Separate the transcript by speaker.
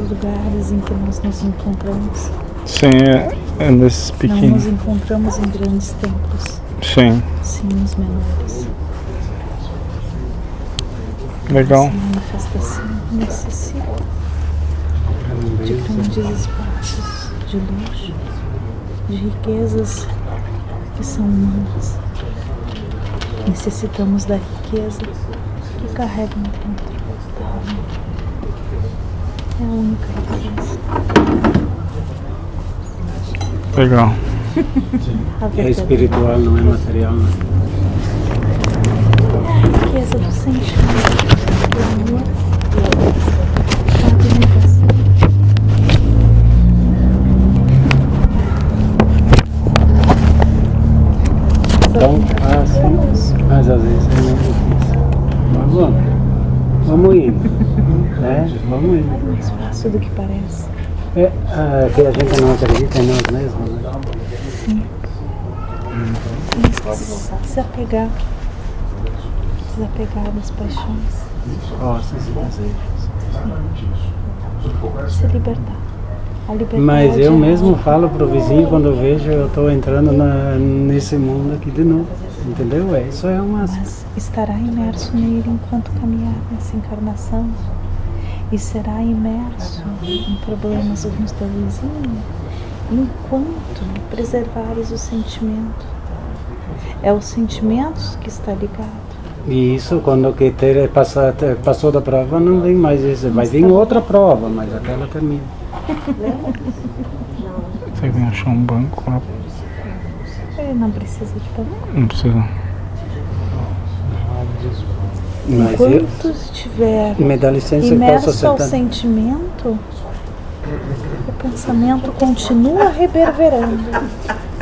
Speaker 1: lugares em que nós nos encontramos.
Speaker 2: Sim, é, é nesses
Speaker 1: Não nos
Speaker 2: pequenos.
Speaker 1: encontramos em grandes templos,
Speaker 2: Sim,
Speaker 1: sim nos menores.
Speaker 2: legal.
Speaker 1: Essa manifestação necessita de grandes espaços, de luxo, de riquezas que são humanas. Necessitamos da riqueza que um carregam dentro da alma. É a única riqueza.
Speaker 2: Legal.
Speaker 1: A
Speaker 3: É
Speaker 1: verdadeira
Speaker 3: espiritual, não é material. Né?
Speaker 1: riqueza do sentimento, do amor, da abnegação.
Speaker 3: Então, ah,
Speaker 1: assim,
Speaker 3: sim. mas às vezes é meio difícil. Mas vamos, vamos indo. né? Vamos
Speaker 1: É
Speaker 3: indo.
Speaker 1: mais fácil do que parece.
Speaker 3: É, ah, que a gente não acredita em nós mesmos. Né?
Speaker 1: Desapegar. Desapegar das paixões.
Speaker 3: Forças e desejos.
Speaker 1: Se libertar. A liberdade.
Speaker 3: Mas eu
Speaker 1: é-
Speaker 3: mesmo falo pro vizinho quando eu vejo eu estou entrando na- nesse mundo aqui de novo. Entendeu? É, Isso é uma.
Speaker 1: Mas estará imerso nele enquanto caminhar nessa encarnação. E será imerso em problemas uns do vizinho enquanto preservares o sentimento. É os sentimentos que está ligado.
Speaker 3: E isso quando que ter passado, passou da prova não vem mais isso. Vai vir outra prova, mas aquela termina.
Speaker 2: Você tem que achar um banco lá.
Speaker 1: Ele É, não precisa de problema.
Speaker 2: Não precisa.
Speaker 3: Mas eu,
Speaker 1: Enquanto estiver
Speaker 3: me dá licença que posso
Speaker 1: Imerso ao
Speaker 3: sentar.
Speaker 1: sentimento, o pensamento continua reverberando.